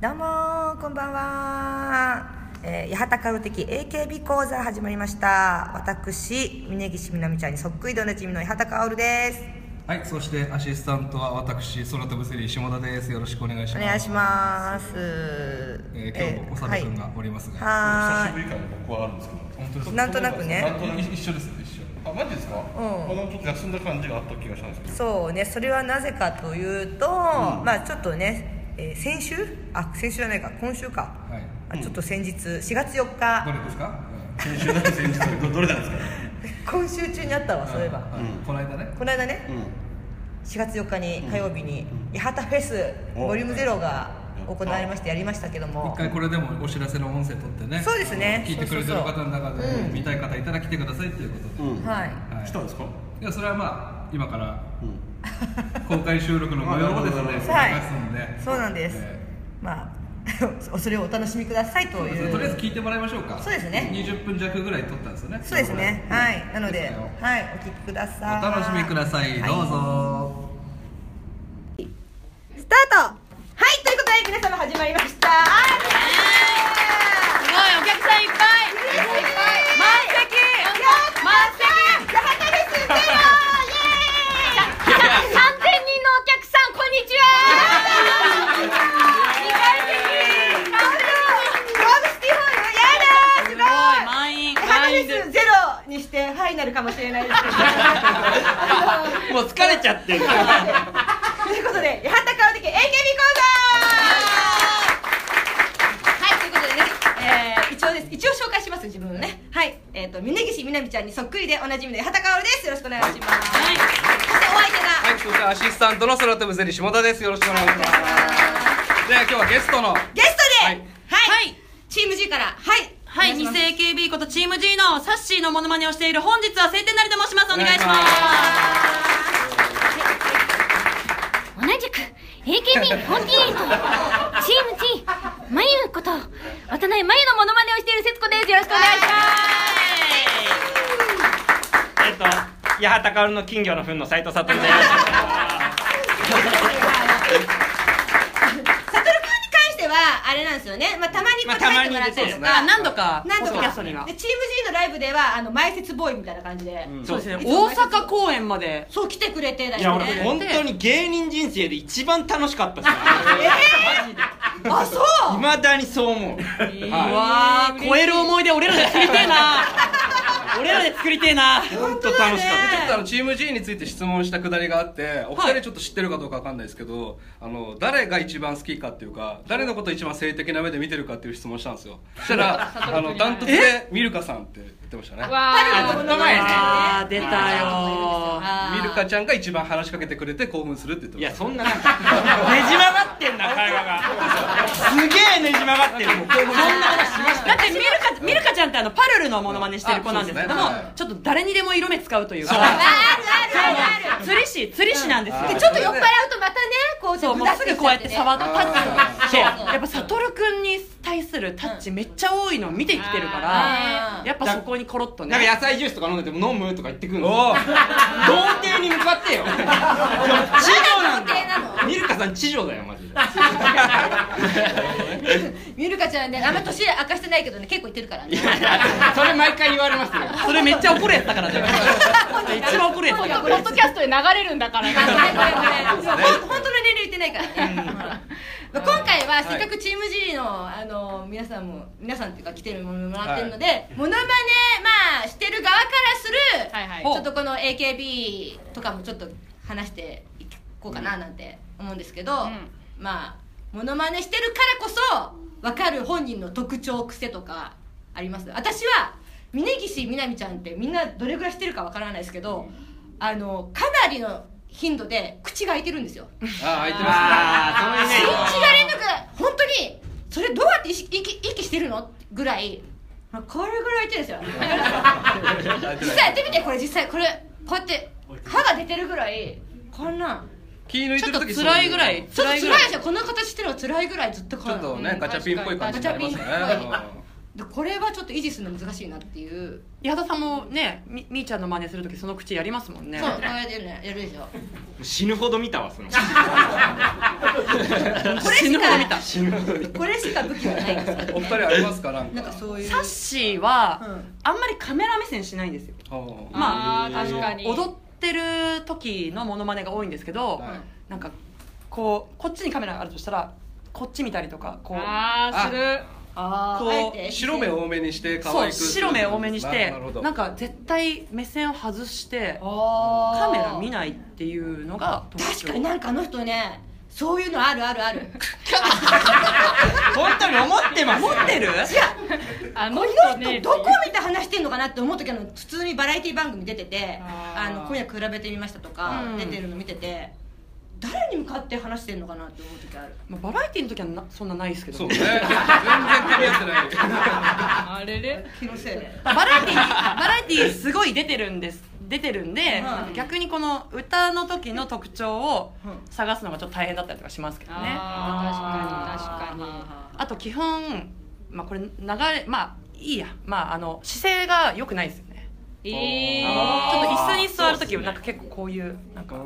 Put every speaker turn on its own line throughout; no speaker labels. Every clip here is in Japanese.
どうもーこんばんはー、えー、八幡カル的 AKB 講座始まりました私峯岸みなみちゃんにそっくりでおなじみの八幡薫です
はい、そしてアシスタントは私、空飛ぶセリー下田です。よろしくお願いし
お
ます。
願いします、え
えー今日もおさべくんがおりますが、
は
久しぶり感が僕はあるんですけど本当に
なんとなくね
なんとなく一緒ですよ一緒あマジですか、
ん
あのちょっと休んだ感じがあった気がしたんですけ
ーい
ど
そうねそれはなぜかというと、まあちょっとね、えー先週あ先週じゃないか今週か、
はい
あちょっと先日4月4日
どれですか、
先週だけ先日どどれなんですか
今週中にあったわそういえば、
うんこの間ね、
この間ね4月4日に火曜日に八幡フェス
お
ボリュームゼロが行われましてやりましたけども
一回これでもお知らせの音声取ってね、
そうですね
聞いてくれてる方の中
そうそうそうう
で
ん
見たい方いたら来てくださいということで、
うん
はい
はい、
来たんですか
いやそれはまあ今から
うん
公開収録の模様をですね、流すんで、
はいそうなんです
え
まあ そそれをお楽しみくださいと
ーそうです
い
ねとりあえず
う
聞いてもらいましょうか。
そうですね
20分弱ぐらい撮ったんですよね。
そうですねはいなので
それを
はいお聞きくだ
お
さい
楽しみください。どうぞ。
スタートはいということで皆様始まりまし
す
た
ごいお客さんいっぱい
嬉しい
満席満席
八幡フェスゼロイエ
三
ーイ
千人のお客さんこんにちは二階席
ロードロードシティホールやだ
すごい
ーすごい
満員
ハ
満員で
ゼロにしてファイナルかもしれないですけど
もう疲れちゃってるから
ということで八幡川的 AKB 講
はいということでね、えー、一応です一応紹介します自分のねはい
座えっと峯岸みなみちゃんにそっくりでおなじみの八幡薫ですよろしくお願いします、
はい
そしてお相手が、
はい、そしてアシスタントの空飛ぶゼリー下田です。よろしくお願いします。では今日はゲストの
ゲストでは
はいい、
はい
チーム G からはい
はい、
お願
二
します
世 KB ことチーム G のサッシーのモノマネをしている本日は晴天なりと申しますお願いしま
お願いし
同じく AKB48 チーム T まゆこと渡辺まゆのモノマネをしている節子ですよろしくお願いし
す
えっと八幡薫の金魚の糞の斉藤聡です。
サトル君に関してはあれなんですよねまあたまにこう
まあ
書
たま
いて
に
もらったりとか、
そうですね
何度か
なんと
ポッドキャ
か
ストには
でチーム G のライブではあの埋設ボーイみたいな感じで、
ん
そうですね
いつも
大阪公演まで
そう来てくれてだ
いや
よ
俺
ね
本当に芸人人生で一番楽しかったです。
あそう
いまだにそう思う。
う
は。
わー超える思い出俺らで作りてえな俺らで作りてえない
本当
本当
楽しかっ
だね
た。
ちょっとあのチーム G について質問したくだりがあってお二人ちょっと知ってるかどうかわかんないですけど、あの誰が一番好きかっていうか誰のこと一番性的な目で見てるかっていう質問したんですよそした らあのダントツでミルカさんって言ってましたね
わ
パリのものまね
あー出たよ
あー
ミルカちゃんが一番話しかけてくれて興奮するって言って
い
ま
や
し
そんななんかねじ曲がってんな会話が。すげえねじ曲がってる。
そんな話しましただってミルカミルカちゃんってあのパルルのモノマネしてる子なんですけど
あ
も、
そうですねはい
ちょっと誰にでも色目使うというか
ま
釣り師釣り師なんですよ、
うん
すちょっと酔っ払うとまたねこうち
そ
ょ
う
っ
も
と
うすぐこうやって触ってタッチそう
そう
やっぱ悟君に対するタッチめっちゃ多いの見てきてるから
あー
やっぱそこにコロッと
なんか
ね
野菜ジュースとか飲んでても飲むとか言ってくる
た
の。
おお
童貞に向かってよでも地上なんだ
まだ童
よ
貞なの
ミルカさん地上だよマジで
ゆるかちゃんねあんま年明かしてないけどね結構言ってるからね
それ毎回言われますよ
それめっちゃ怒るやつだからね一番怒るやつだから
ッドキャストで流れるんだから ね
本当の年齢言ってないからね、ほらまあ今回はせっかくチーム G のあの皆さんも皆さんっていうか来てるものもらってるので、モノマネまあしてる側からする、
はいはい
ちょっとこの AKB とかもちょっと話していこうかななんて思うんですけど、まあモノマネしてるからこそ分かる本人の特徴癖とかあります私は峯岸みなみちゃんってみんなどれぐらいしてるかわからないですけど、あのかなりの頻度で口が開いてるんですよ
あ開いてま
ああ
信
そ
じられなくない本当にそれどうやって意識息息してるのぐらいこれぐらい言ってるんですよ実際やってみてこれ実際これこうやって歯が出てるぐらいこんなん
すね気抜い
ち
て
ょっ
る
と
時
辛いぐらい
ちょっと辛い
ぐら
ですよこの形してるの辛いぐらいずっとこ
ちょっとねガチャピンっぽい感じになりますね
ガチャピンっぽい
うん
でこれはちょっと維持するの難しいなっていう
矢田さんもねみみーちゃんの真似する時その口やりますもんね
そうこうやってねやるでしょ
死ぬほど見たわその
これしかこれしか武器はないんですけど
お二人ありますかなん
なん
か
かそういう
サッシーは、
うん
あんまりカメラ目線しないんですよ
はあ
まあ
へー
あの
確か
踊ってる時のモノマネが多いんですけど、
はい
なんかこうこっちにカメラがあるとしたらこっち見たりとかこう
あーする
あ
こう
ーあえて
白目多めにして可
そ
愛
う
く
白目多めにして
なるほど
なんか絶対目線を外して
あー
カメラ見ないっていうのが特徴
確かになんかあの人ねそういうのあるあるある
本当に思ってます
持ってる
あ
こ
の人
の
ね
人どこ見て話してんのかなって思う時あの普通にバラエティ番組出てて「
あー
あの今夜比べてみました」とか
うん
出てるの見てて誰に向かって話してんのかなって思う時ある
まあバラエティの時はなそんなないですけ
そ
ど
う
ね
ね全然噛み合ってない
あれれ
気のせいで
バラエティーバラエティーすごい出てるんです出てるんで、
うん
逆にこの歌の時の特徴を
うん
探すのがちょっと大変だったりとかしますけどね
あー確かに確かに
あと基本、まあ、これ流れまあいいやまああの姿勢が良くないですよね
え
ち
え
ょっと椅子に座る時はなんか結構こういうなんか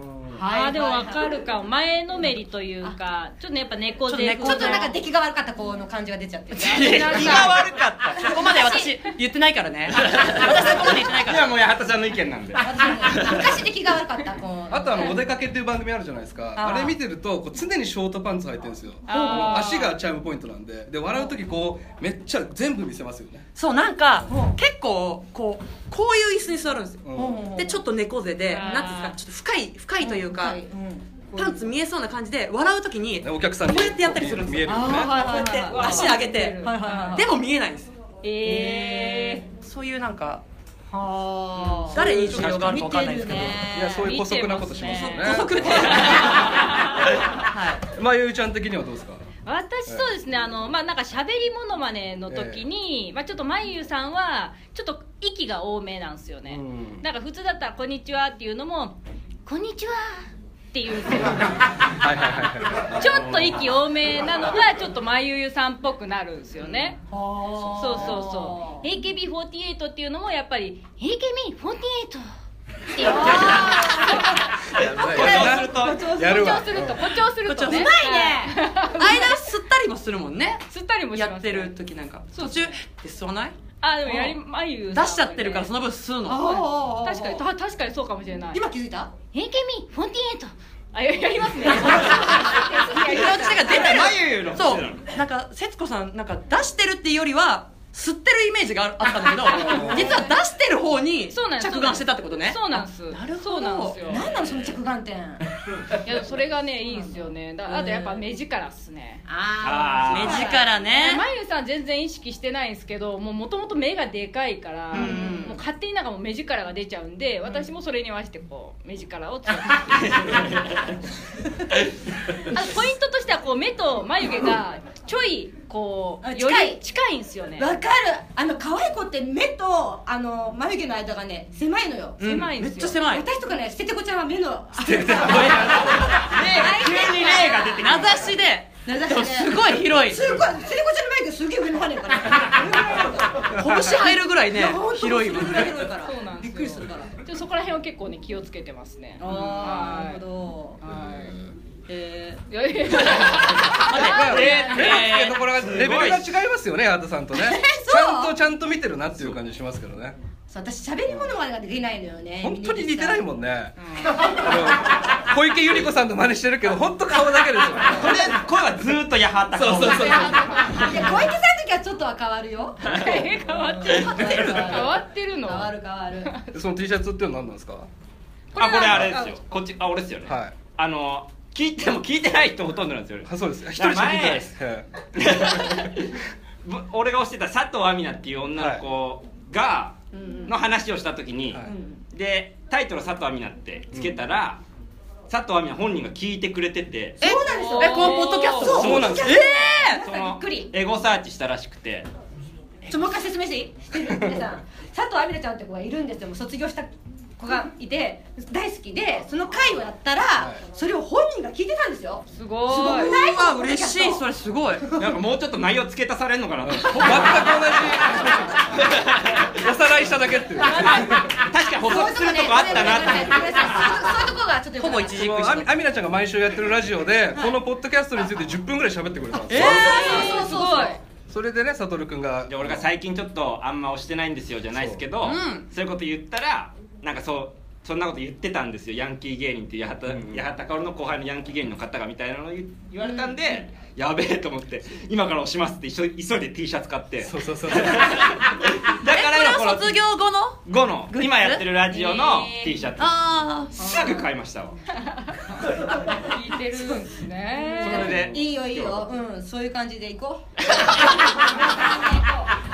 あーでもわかるかも前のめりというかちょっとねやっぱ猫
ちょっ
背
ち
と猫
ょっとなんか出来が悪かった子の感じが出ちゃって る
気が悪かったそこまで私言ってないからね私そこまで言ってないか
い
ら
やもう八幡ちゃんの意見なんで
私も昔出来が悪かった子
あとあの「お出かけ」っていう番組あるじゃないですか
あ
あ
ー
れ見てるとこう常にショートパンツ履いてるんですよ
あー
足がチャームポイントなんでで笑う時こうめっちゃ全部見せますよね
そうなんか結構こうこういう椅子に座るんですよ
うん
でちょっと猫背で
あー
なんていうんですかちょっと深い深いというか、
うん
パンツ見えそうな感じで笑う時に
でお客さんに
こうやってやったりするんです
見え
よ
るよね
こうやって足上げて
はいはいはい
でも見えないんですよ
ええ
そういうなんか
はあ
誰に需要があるか分かんない
見
で
て
す
るね
けど、
いやそういう姑息なことしますよね
補足ではい
まあゆうちゃん的にはどうですか
私そうですねあのまあなんか喋りものまねの時に、まあちょっとまゆゆさんはちょっと息が多めなんですよね、
うん
なんか普通だったら「こんにちは」っていうのも「こんにちは」っていうんですよ
はいはいはいはい
ちょっと息多めなのがちょっとまゆゆさんっぽくなるんですよね、そうそうそう AKB48 っていうのもやっぱり
AKB48
っていう誇
やるわ
張すると誇張するとね
誇張う
まいね
間吸ったりもするもんね
吸ったりもします
やってる時なんか
そう
途中って吸わない
あでもやりまゆゆさんは
出
ね
しちゃってるからその分吸うの
あ
確かにた確かにそうかもしれない
今気づいた
AKB48
あややります ね
気持ちが出てる
眉の
そうなんか節子さんなんか出してるっていうよりは吸ってるイメージがああったんだけど実は出してる方に
そうなんです
着眼してたってことね
そうなんです
なるほど
そうなんですよ
何なのその着眼点
いやそれがねいいんですよねだあとやっぱ目力っすね
あ
目力ね
まゆゆさん全然意識してないんですけどもともと目がでかいから、
ん
もう勝手になんかもう目力が出ちゃうんで私もそれに合わせてこう目力を強くあとポイントとしてはこう目と眉毛がちょいこう
あ
よ
近
り
い
近いんですよね
わかるあの可愛い子って目とあの眉毛の間がね狭いのよ、
うん
狭いんですよ
めっちゃ狭い
私とかね捨ててこちゃんは目の
急に霊が出て名指しで
名指しで
でもすごい広い
すごい捨ててこちゃんの眉毛すげえ上の方ね から
拳入るぐらい
い
ね
や本当
広いわ
それぐらい広いから
そうなんですよ
びっくりするから
ちょっとそこら辺は結構ね気をつけてますね
ああなる
ど
ほどえ
いやいや
目の付けどころがレベルが違いますよね八幡さん とねちゃんとちゃんと見てるなっていう感じしますけどね
ーそう私喋り物までができないのよね
本当に似てない
ん
もんねうん小池百合子さんの真似してるけど本当顔だけですよ
とりあえず声はずーっとやはった
そうそうそう
いや小池さんの時はちょっとは変わるよ
え変わってる変わってるの
変わる変わる
その T シャツっていうのは何なんですか
あこれあれですよこっちあ俺ですよね、
はい
あの聞いても聞いてない人ほとんどなんですよ
あそうです一人しか聞いてないですはい
ぶ俺が推してた佐藤亜美奈っていう女の子が、
うんうん
の話をした時に、
はい
うん
でタイトル「佐藤亜美奈」ってつけたら、佐藤亜美奈本人が聞いてくれてて
そうなんですよ
えこのポッドキャスト
そう
そうなんですよ
え
そ
びっ
の
くり
エゴサーチしたらしくて
ちょもう一回説明していいしてる皆さん佐藤あみらちゃんって子がいるんですよもう卒業した子がいて大好きでその回をやったら、
はい
それを本人が聞いてたんですよ
すご
すごく
い
ないう
わ嬉しいそれすごい
なんかもうちょっと内容付け足されるのかなと思って
全く同じおさらいしただけっていう
確か補
そういう
足
と
す
こ
る
ね
とこあったなと思って
ごめんなさいそうそういうとこがちょっと良く
ほ
なか
ぼ
った
一
そ
時
のアミアミナちゃんが毎週やってるラジオでこのポッドキャストについて10分ぐらい喋ってくれたんですよ
そうそうそうすごい
それでねサトルくんが
じゃあ俺が最近ちょっとあんま押してないんですよじゃないですけどそう,、いうこと言ったらなんかそうそんなこと言ってたんですよヤンキー芸人っていう八幡
うん
八幡薫の後輩のヤンキー芸人の方がみたいなのを言言われたんで、やべえと思って今から押しますって急い急いで T シャツ買って
そうそうそうそう
だ
え
か
これ
ら
は
の
卒業後の
後の
グッズ
今やってるラジオの
へー
T シャツ、
ああ
すぐ買いましたわ
聞いてるんです
そ
ね
れで
いいよいいようんそういう感じで行こう
え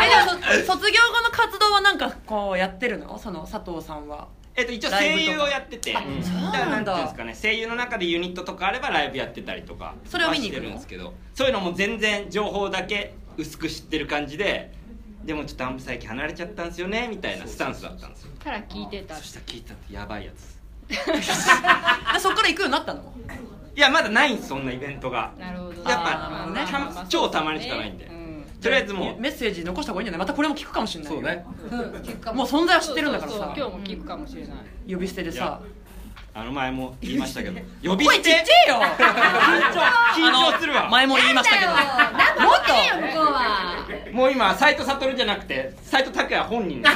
でもそ卒業後の活動はなんかこうやってるのその佐藤さんは
えっと、一応声優をやってて、うん
そうなんだ
だからなんていうんですかね、声優の中でユニットとかあればライブやってたりとか、
それを見に行く
はして
の
るんですけど、そういうのも全然情報だけ薄く知ってる感じで、でもちょっとあんま最近離れちゃったんですよねみたいなスタンスだったんですよ。
たら聞いてた
そしたら聞いたってやばいやつ。
でそっから行くようになったの
いやまだないんですそんなイベントが。
なるほど
やっぱ
まあ
ね
まあまあまあ
超たまにしかないんで
うん
とりあえずもう
メッセージ残した方がいいんじゃないまたこれも聞くかもしれない
そうね
うん結果
もう存在は知ってるんだから
そうそう
さ
今日も聞くかもしれない
呼び捨てでさ
あの前も言いましたけど、呼び
声
捨
ちっちゃ
て。
いよ
緊張緊張するわ。
前も言いましたけど
なんだよなんだよ向こうは
もう今斎藤悟じゃなくて斎藤拓也本人です。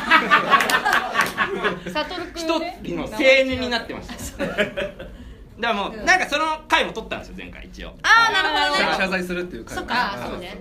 サトルく
一
んね
人の青年になってま しただからもうなんかその回も取ったんですよ前回一応
ああなるほどね
謝罪するっていう感じ
そっかそうね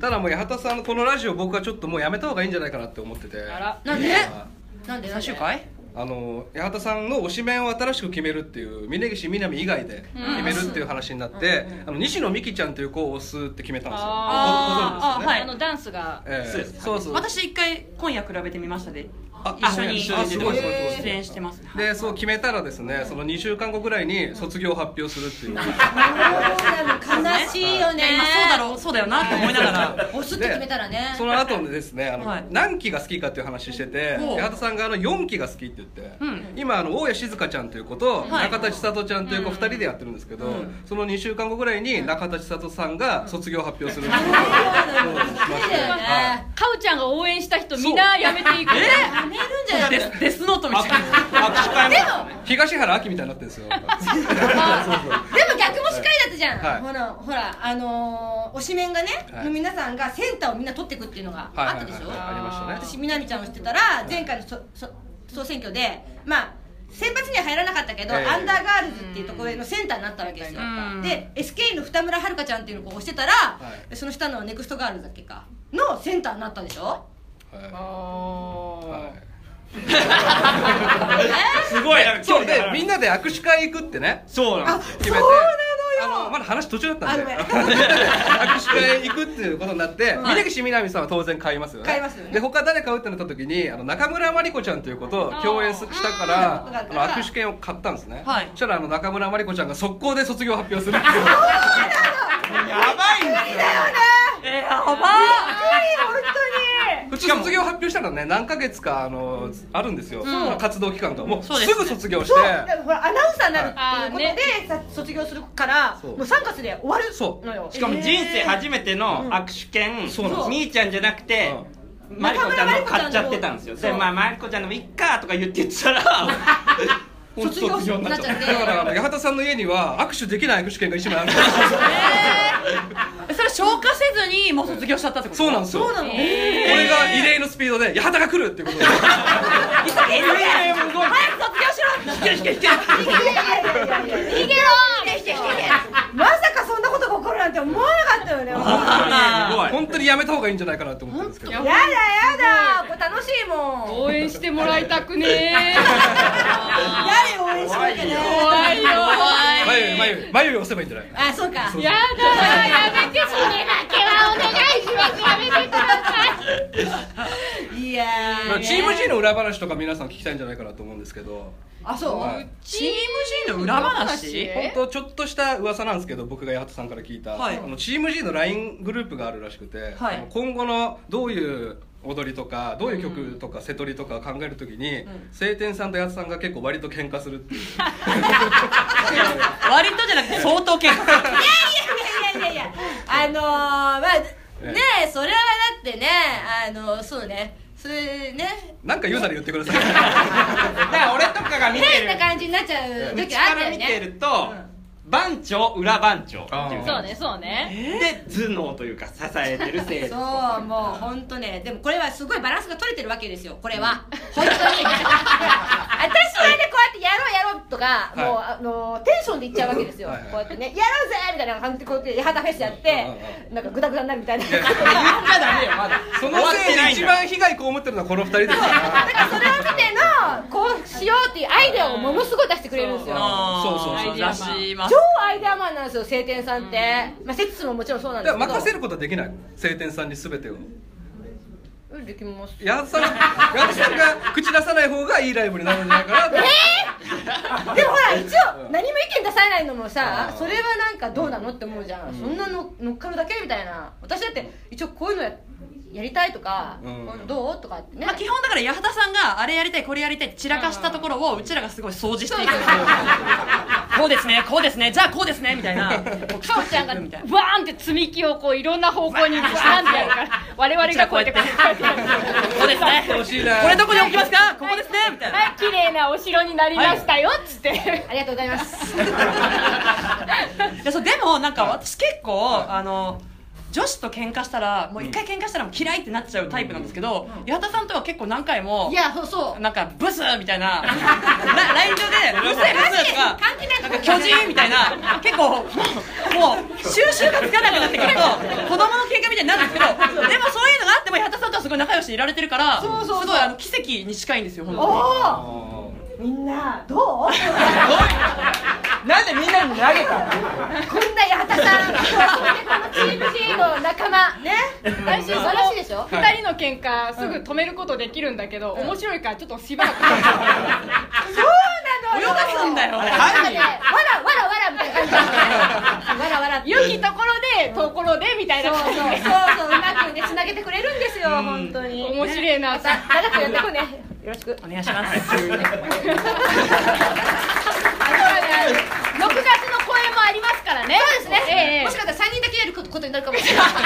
ただもう八幡さんのこのラジオ僕はちょっともうやめた方がいいんじゃないかなって思ってて
あら
なんで
あ
なんで
最終回
あの八幡さんの推しメンを新しく決めるっていう峯岸みなみ以外で決めるっていう話になって、あの西野美紀ちゃんという子を推すって決めたんですよ
あ
ごご存知ですよ
ー
ね
あはい
あのダンスが
ええ
そうです
そうそう
私一回「今夜比べてみました」で
あ
一緒に
あすごいすごいすごい
出演してますね
でそう決めたらですねその2週間後ぐらいに卒業を発表するっていう
悲しいよね
今そうだろうそうだよなって思いなが ら
押すって決めたらね
その後にですねあの、
はい
何期が好きかっていう話してて
ほう
八幡さんがあの4期が好きって言って、
うん
今あの大家静香ちゃんという子と、
はい
中田千里ちゃんという子2人でやってるんですけど、その2週間後ぐらいに中田千里さんが卒業発表するっていうこと にしまし
そう
て
だよね
カオちゃんが応援した人みんなやめていく
やめるんじゃない
デスデスノートみたいな
握手会も
東原亜希みたいになってるんですよ
でも逆もしっかりだったじゃん、
はい
ほらほらあのー、推しメンがね、
はい
の皆さんがセンターをみんな取っていくっていうのがあったでしょ、
ありましたね
私みなみちゃんを知ってたら前回のそそ総選挙でまあ選抜には入らなかったけど、
ええ
アンダーガールズっていうところのセンターになったわけですよ
うん
で SK の二村遥ちゃんっていうのを押してたら、
い
その下のネクストガールズだっけかのセンターになったでしょ
はいはい
すごいなんか
そう
で
でみんなで握手会行くってね
そうなんですよ
決めてあのまだ話途中だったんで
あご
握手会行くっていうことになって
はい
峯岸みなみさんは当然買いますよね
買いますよね
で他誰買うってなった時にあの中村真理子ちゃんという子と共演すしたか
あ
ら
ー
あの握手券を買ったんですね、
はい
そしたらあの中村真理子ちゃんが速攻で卒業発表するっていう
やばいんですよ
えーやば
普通卒業発表したらね何ヶ月かあのあるんですよ、活動期間がもうす
そうです
ぐ卒業し
そ
て
うだからほらアナウンサーになるっていう
あ
ことで、さ卒業するから
そう
もう3月で終わる
そう
のよ
しかも人生初めての握手券、
そうなんです
みーちゃんじゃなくて、マリコちゃんの買っちゃってたんですよでまあマリコちゃんでもいっかとか言って言ってた ら
卒業式になっちゃって
だからあの八幡さんの家には握手できない握手券が1枚あるんですよ
いそれ消化せずにもう卒業しちゃったってこと
そうなんですよ
なの
これが異例のスピードで八幡が来るってことで
急げ急げ早く卒業しろ
逃げろ来て来て来てまさかそんなことが起こるなんて思わなかったよね
すごい
本当にやめた方がいいんじゃないかなって思ったんですけど
やだやだこれ楽しいもん
応援してもらいたくね
誰を応援しなきゃね
怖いよ
眉眉眉を押せばいいんじゃない
あそうか
やだやめてそれ
けはお願いしますやめてください
いやー
ね
チーム G の裏話とか皆さん聞きたいんじゃないかなと思うんですけど
あそう、
はい
チーム G の裏話
え
本当ちょっとした噂なんですけど僕が八幡さんから聞いた、
はい
あのチーム G の LINE グループがあるらしくて、
はい
あの今後のどういう踊りとかどういう曲とか瀬取りとか考えるときに、晴天さんと八幡さんが結構割と喧嘩するっていう
割とじゃなくて相当喧嘩
いやいやいやいやあのー、まあねえそれはだってねあのそうねそれね
なんか言うなら言ってください
だから俺とかが見て
変
る
な感じになっちゃう
う
時
ち
あ
か
る
ら
よ
見て
ね
ると、番長裏番長っていう
そうねそうね
で頭脳というか支えてる生
そ
徒
うもう本当ねでもこれはすごいバランスが取れてるわけですよこれは本当に私それでこうやって「やろうやろう」とか、もうあのーテンションでいっちゃうわけですよ
はいはい
こうやってね「やろうぜ!」みたいな感じでこうやって肌フェスやってなんかグダグダになるみたいなだか
そのせいで一番被害被ってるのはこの二人ですから
らそれを見てのこうしようっていうアイデアをものすごい出してくれるんですよ
そうそうそう
あーらしいま
超アイデアマンなんですよ晴天さんって、まあ節つももちろんそうなんで
だ
す
か
け
ら
ど
任せることはできない晴天さんに全てを
うんできます
八幡さん八幡さんが口出さない方がいいライブになるんじゃないかなと
でもほら一応何も意見出さないのもさそれはなんかどうなのって思うじゃん、そんなの乗っかるだけみたいな私だって一応こういうのややりたいとか、
うん
こういうのどうとかってね、
まあ基本だから八幡さんがあれやりたいこれやりたいって散らかしたところをうちらがすごい掃除していく こうですねこうですねじゃあこうですねみ たいな
かおちゃんが
みたいな
バーンって積み木をこういろんな方向にバーンってやるから我々がこうやってこうやってやる
こうですね
ほしいな
これどこに置きますかここですねみたいな
はい綺麗なお城になりましたよっつって
ありがとうございます
いやそうでもなんか私結構あの女子と喧嘩したらもう一回喧嘩したらもう嫌いってなっちゃうタイプなんですけど八幡さんとは結構何回も
いやそうそう
なんかブスみたいなラライン 上でブスブスとか
関係ない
なんか巨人みたいな結構もうもう収集がつかなくなってくると子供の喧嘩みたいになるんですけどでもそういうのがあっても八幡さんとはすごい仲良しでいられてるから
そうそうそう
すごいあの奇跡に近いんですよ本当に
お
あー
おみんなどう
なんでみんなに投げた
こんな八幡さんそしてこのチーム G の仲間 ね
来週
素晴らしいでしょ
二人の喧嘩すぐ止めることできるんだけど、面白いからちょっとしばらく
そうなの
泳
よ
がすんだよ
なんかねわらわらわらみたいな感 じなんだよねわらわら って
良きところでところでみたいな
そうそう
感
そうそううまくねつなげてくれるんですよ本当
じ
に
面白いな
また長くやってこうねよろしく
お願いします
6月の公演もありますからねそうです
もしかしたら3人だけやることになるかもしれない
そ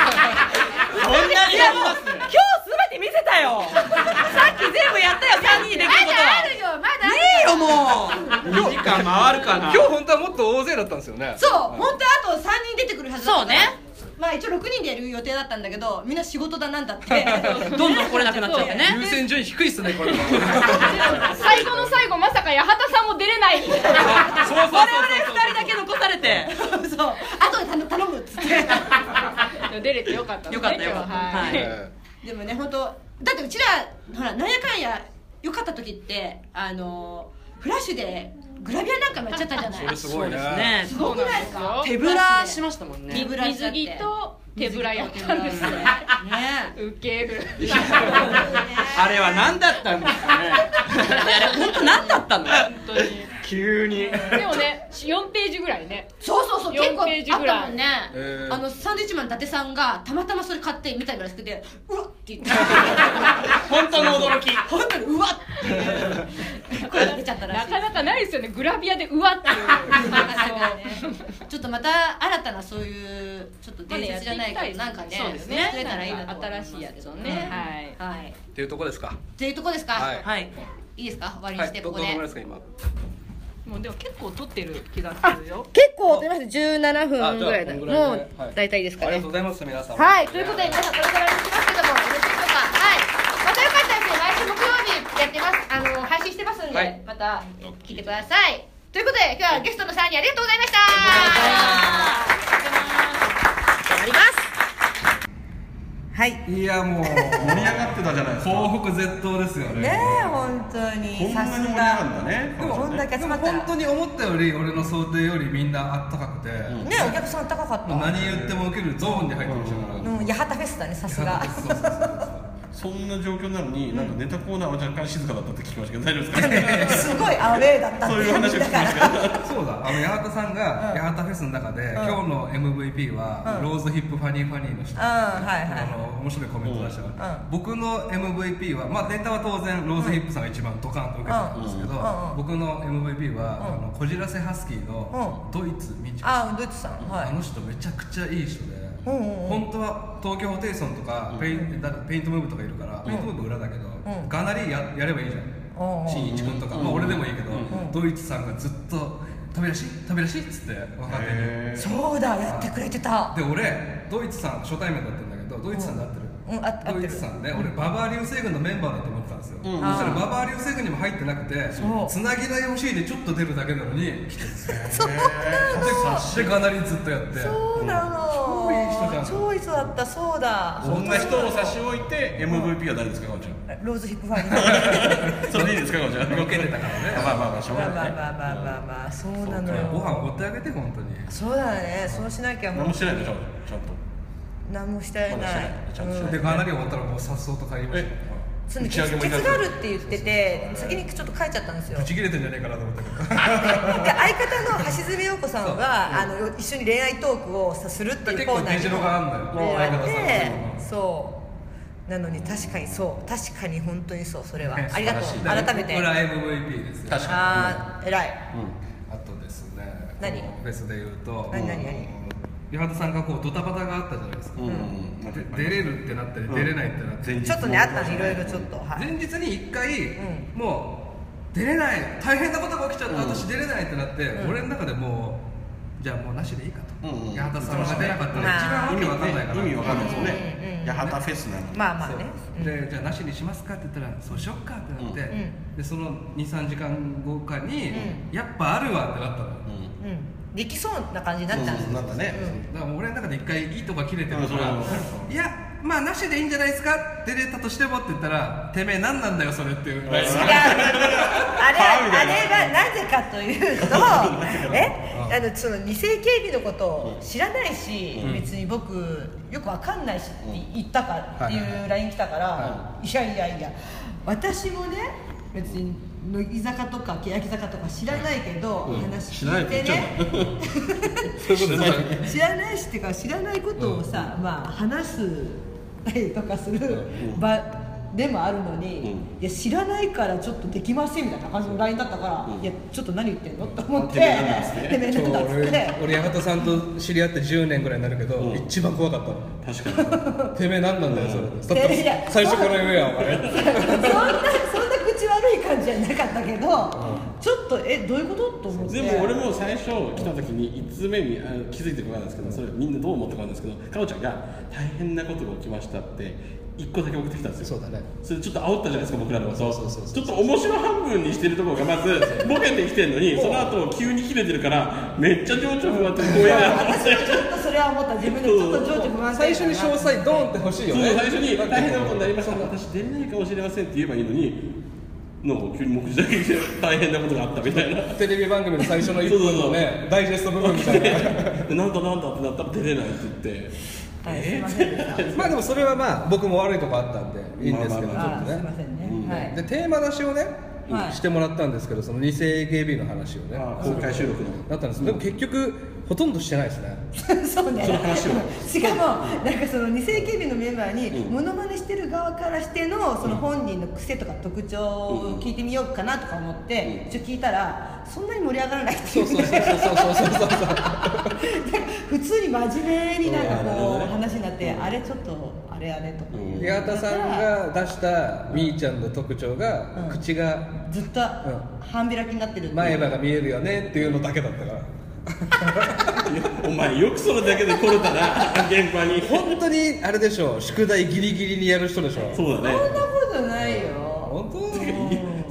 んなにあります
今日すべて見せたよさっき全部やったよ3人でできる
まだ
こ
あ
と
るよまだあ
は
る
ねえよもう
2時間回るかな
今日本当はもっと大勢だったんですよね
そう
はい
本当はあと3人出てくるはずだったから
そうね
まあ一応6人でやる予定だったんだけどみんな仕事だなんだってそう
どんどん来れなくなっちゃってね
優先順位低いっすねこれそう
最後の最後まさか八幡さんも出れないみたいな
そうそうそう
我 々2人だけ残されて
そうあとで頼頼むっつって
出れてよかったね
よかったよか
今日は
った
は
はい
い、
え
でもね本当だってうちらほらなんやかんや良かった時ってあのフラッシュでグラビアなんかもやっちゃったじゃない
えこれすごいね
ね
すごくないですか
手ぶらしましたもん
手
ね
ぶらしちゃ
水
って
着と手ぶらやったんですね
ね
ウケる
あれは何だったんですかね
本当何だったの
本当に
急に
でもね4ページぐらいね
そうそうそう結構
4ページ
あっ
ぐらい
たもんね、
えー
あのサンドウィッチマン伊達さんがたまたまそれ買って見たらしくてうわっって言 って
本当の驚き
本当にうわっって声が出ちゃったら
な
しい
かなかないですよねグラビアでうわって いう
ちょっとまた新たなそういうちょっと伝説じゃないけど
まだ
な
や
んか
っていきたい
ね
ですねそうですね
増えたらいいなと思ます
新しいやつをね
はい、はい、
っていうとこですか
っていうとこですか、
はい
はい
いいですか終わりに
は
して
いど
こ
ど
こ
のぐ
で、
らいですか今
もうでも結構撮ってる気がするよ
結構取りました17
あじゃあこんぐらいではい
体です
ありがとうございます皆さん
はい、ということで皆さんこれから行きますけどもよろしいでしょうかはいまたよかったらですね毎週木曜日やってますあの配信してますんで、
はい
また聞いてくださいということで今日はゲストのさんにありがとうございましたあります
はい。
いやもう
盛り上がってたじゃないですか
報復絶倒ですよね
ねえ、本当
こ
に。
んな
さ
に
す
盛り上がるん
が。
だね
でも、こんだけ集
でも
まったら。
本当
ね
に思ったより俺の想定よりみんなあったかくて、
え、お客さん高かった。
もう何言っても受けるゾーンに入ってましたから、
うん、八幡フェスだね、さす
そう
が。
そうそうそう
そんな状況なのに、なんかネタコーナーは若干静かだったって聞きましたけど、大丈夫 ですか
すごいアウェーだったって
そういう話を聞きま
だから
したけど。
そうだあの八幡さんが八幡フェスの中で今日の MVP はローズヒップファニーファニーの人
うんはい
あ
は
の面白いコメント出したから、
うん
僕の MVP は、まあ、データは当然ローズヒップさんが一番ドカンと受けてたんですけど、
うんうんうん
僕の MVP は、
うん
あのこじらせハスキーのドイツミン
い
チコさん
あドイツさんは
あ
い
の人めちゃくちゃいい人
うんう
で、
んうん
本当は東京ホテイソンとかペインだからペイントムーブとかいるから、ペイントムーブ裏だけど、
ん
ガナリややればいいじゃん
うんうん
新一君とか、まあ、俺でもいいけど、ドイツさんがずっと「飛び出し飛び出し」っつって若手に。
そうだやってくれてた
で俺ドイツさん初対面だったんだけどドイツさんで合ってる、
うんあ合ってる
ドイツさんで俺ババア流星群のメンバーだと思ってたんですよ、そしたらババア流星群にも入ってなくて
そう
つなぎ台 MC でちょっと出るだ けなのに来て
そうなの
でかなりずっとやって
そうなの
超いい人じゃん
超いい人だったそうだ
そんな人を差し置いて、MVP は誰ですか、かおちゃ
ローズヒップファニー
ん。それでいいですか、かおちゃ
ボ
ん。
ケてたからね
まあまあまあ、しょう
ま
が
あま
な
あ
いね。
まあまあまあまあそうなの
ご
よ
飯おごってあげて本当に
そうだねそうしなきゃも
何
う
もしてないでしょ、ちゃんと。
何もしてない
まだしてないちゃんとしてない
でかなり終わったらもうさっそうと帰りましたよ
その
打
ケ
ち上げ
ツ
も行かず
があるって言ってて先にちょっと書いちゃったんですよ
ブチ切れてんじゃねえかなと思ったけど
で相方の橋爪陽子さんはあの一緒に恋愛トークをさするっていう
結
コ
構
ーナー
出
に
城があんだよ
や
相
っ
方さん
て
の
そうなのに確かにそう確かに本当にそうそ れは
ね
ありがとう
素晴ら
改めて
これは MVP ですよ
確か
あー偉い
あとですね
何
このフェスで言うと
何何何
八幡さんがこうドタバタがあったじゃないですか、
に。うん。なんかいっぱい
出れるってなったり出れないってなったり、
ちょっとねあったのいろいろちょっとはい
前日に1回、
ん
もう出れない大変なことが起きちゃった、私出れないってなって、俺の中でもうじゃあもうなしでいいかと、
うんうん
八幡さんが出なかった
まあ
ら一番わけ
意味わ
わ
か
かん
んな
ないいからら
か意味わかんないですよね八幡フェスなのに
まあまあねうん
でじゃあなしにしますかって言ったらそうしよっかってなって、
ん
でその23時間後かに、やっぱあるわってなったの、
うんできそうな感じになっ
そう
たん
そ
で
う
す
そうなんだね
だから俺の中で一回いいとか切れてるから
うんそう
「いやまあなしでいいんじゃないですか」出れたとしてもって言ったら「てめえ何なんだよそれ」っていうライン
違うあれ
みた
あ
いな
れがなぜかというと えあのその二世警備のことを知らないし、別に僕よくわかんないしって言ったかっていう LINE 来たから、いやいやいや私もね別に乃木坂とか欅坂とか知らないけど、話聞いてね、知らないしっていうか知らないことをさ、まあ話すりとかする場でもあるのに、いや知らないからちょっとできませんみたいな感じの LINE だったから、いやちょっと何言ってんのと思って「てめえなんだ」っつって。
俺八幡さんと知り合って10年ぐらいになるけど、一番怖かったの確かにてめえ何なんだよそれ、だ
いやいや
最初から言えやお前
そんなそんな口悪い感じじゃなかったけど、ちょっとえどういうことと思って
でも俺も最初来た時に5つ目にあの気づいてこなかったんですけどそれみんなどう思ったかわかんないですけどかおちゃんが「大変なことが起きました」って1個だけ送ってきたんですよそうだねそれちょっと煽ったじゃないですか僕らのことちょっと面白半分にしてるところがまずボケてきてるのにその後急に切れてるからめっちゃ情緒 不安って怖いなと思っ
私
て
もちょっとそれは思った自分でちょっと情緒不安定だな
最初に詳細ドーンって欲しいよ
そう
ね
最初に「大変なことになりました私出れないかもしれません」って言えばいいのになんか急に目次だけ来て大変なことがあったみたいな
テレビ番組の最初の一本の
そうそう
ねダイジェスト部分みたいな
でなんだなんだってなったら出れないって言って
はいすいませんでした
まあでもそれはまあ僕も悪いとこあったんでいいんですけどちょ
ま
あー
っ
す
と
い
ね
ませんね、はい
でテーマ出しをね、
はい
してもらったんですけどその2世 AKB の話をね
あー公開収録の
だったんですけどでも結局ほとんどしてないですね
そうね
その話を
しかもなんかその二世警備のメンバーにモノマネしてる側からしてのその本人の癖とか特徴を聞いてみようかなとか思って一応聞いたらそんなに盛り上がらないっていうそうそうそうそうそう 普通に真面目になんかこう話になってあれちょっとあれあれとか
八幡さんが出したみーちゃんの特徴が、
うん
口が
ずっと半開きになってるってい
前
う
歯が見えるよねっていうのだけだったから
お前よくそれだけで来れたな現場に
本当にあれでしょ宿題ギリギリにやる人でしょ
そうだ
そんな
ね
ことないよ
本当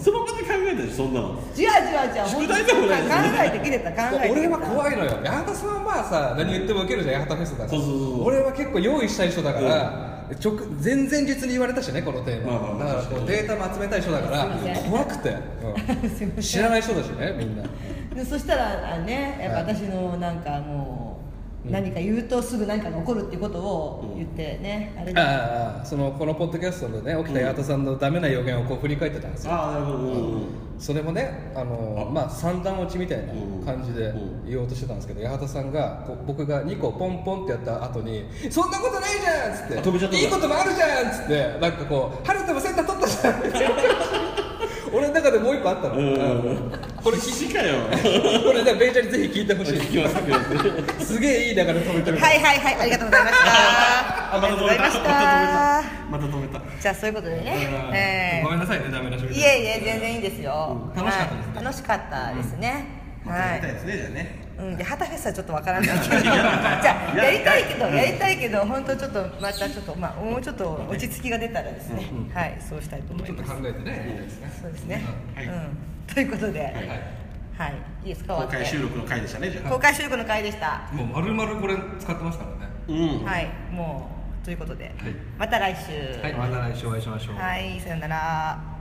その場で考えたでしょそんなの
違う違う違う
宿題でもない
考えてきてた考えてきてた
俺は怖いのよ八幡さんはまあさ何言っても受けるじゃん八幡フェスだから
そうそうそうそう
俺は結構用意したい人だから、直前々日に言われたしねこのテーマ、
まあまあ
だからこうデータも集めたい人だから怖くて、うん知らない人だしねみんな
でそしたらあねやっぱ私のなんかもう何か言うとすぐ何かが起こるっていうことを言ってね、あれだ
ああそのこのポッドキャストでね起きた八幡さんのダメな予言をこう振り返ってたんですよ、
ああなるほど、うんうん
それもねあのまあ三段落ちみたいな感じで言おうとしてたんですけど八幡さんがこう僕が2個ポンポンってやった後に「そんなことないじゃん!」っつって
あ飛びちゃったんだ
いいこともあるじゃん!」っつってなんかこう「春田もセンター取ったじゃん!」 って俺の中でもう一個あったの、
うんこれ必死かよ
これねベイちゃんにぜひ聞いてほし
聞きます聞き ます
いすげえいい流れ止めてる
はいはいはいありがとうございましたありがとうございました
また止めた
じゃあそういうことでね、
ごめんなさいねダメな商
え
品
いえいえ全然いいですよ、
うん楽しかったです
は
ね
い楽しかったですね、はい
やりたいですねじゃあね
うん、で旗フェスはちょっとわからないけど じゃあやりたいけどやりたいけど本当ちょっとまたちょっとまあもうちょっと落ち着きが出たらですね、はいそうしたいと思い
ちょっと
ます
考えてね
そうですね、うんということではい、い、いですか
公
終わって
開収録の回でしたねじゃあ
公開収録の回でした、
もう丸々これ使ってますからね
うん
はいもうということで、また来週
はいまた来週お会いしましょう
はい、さよなら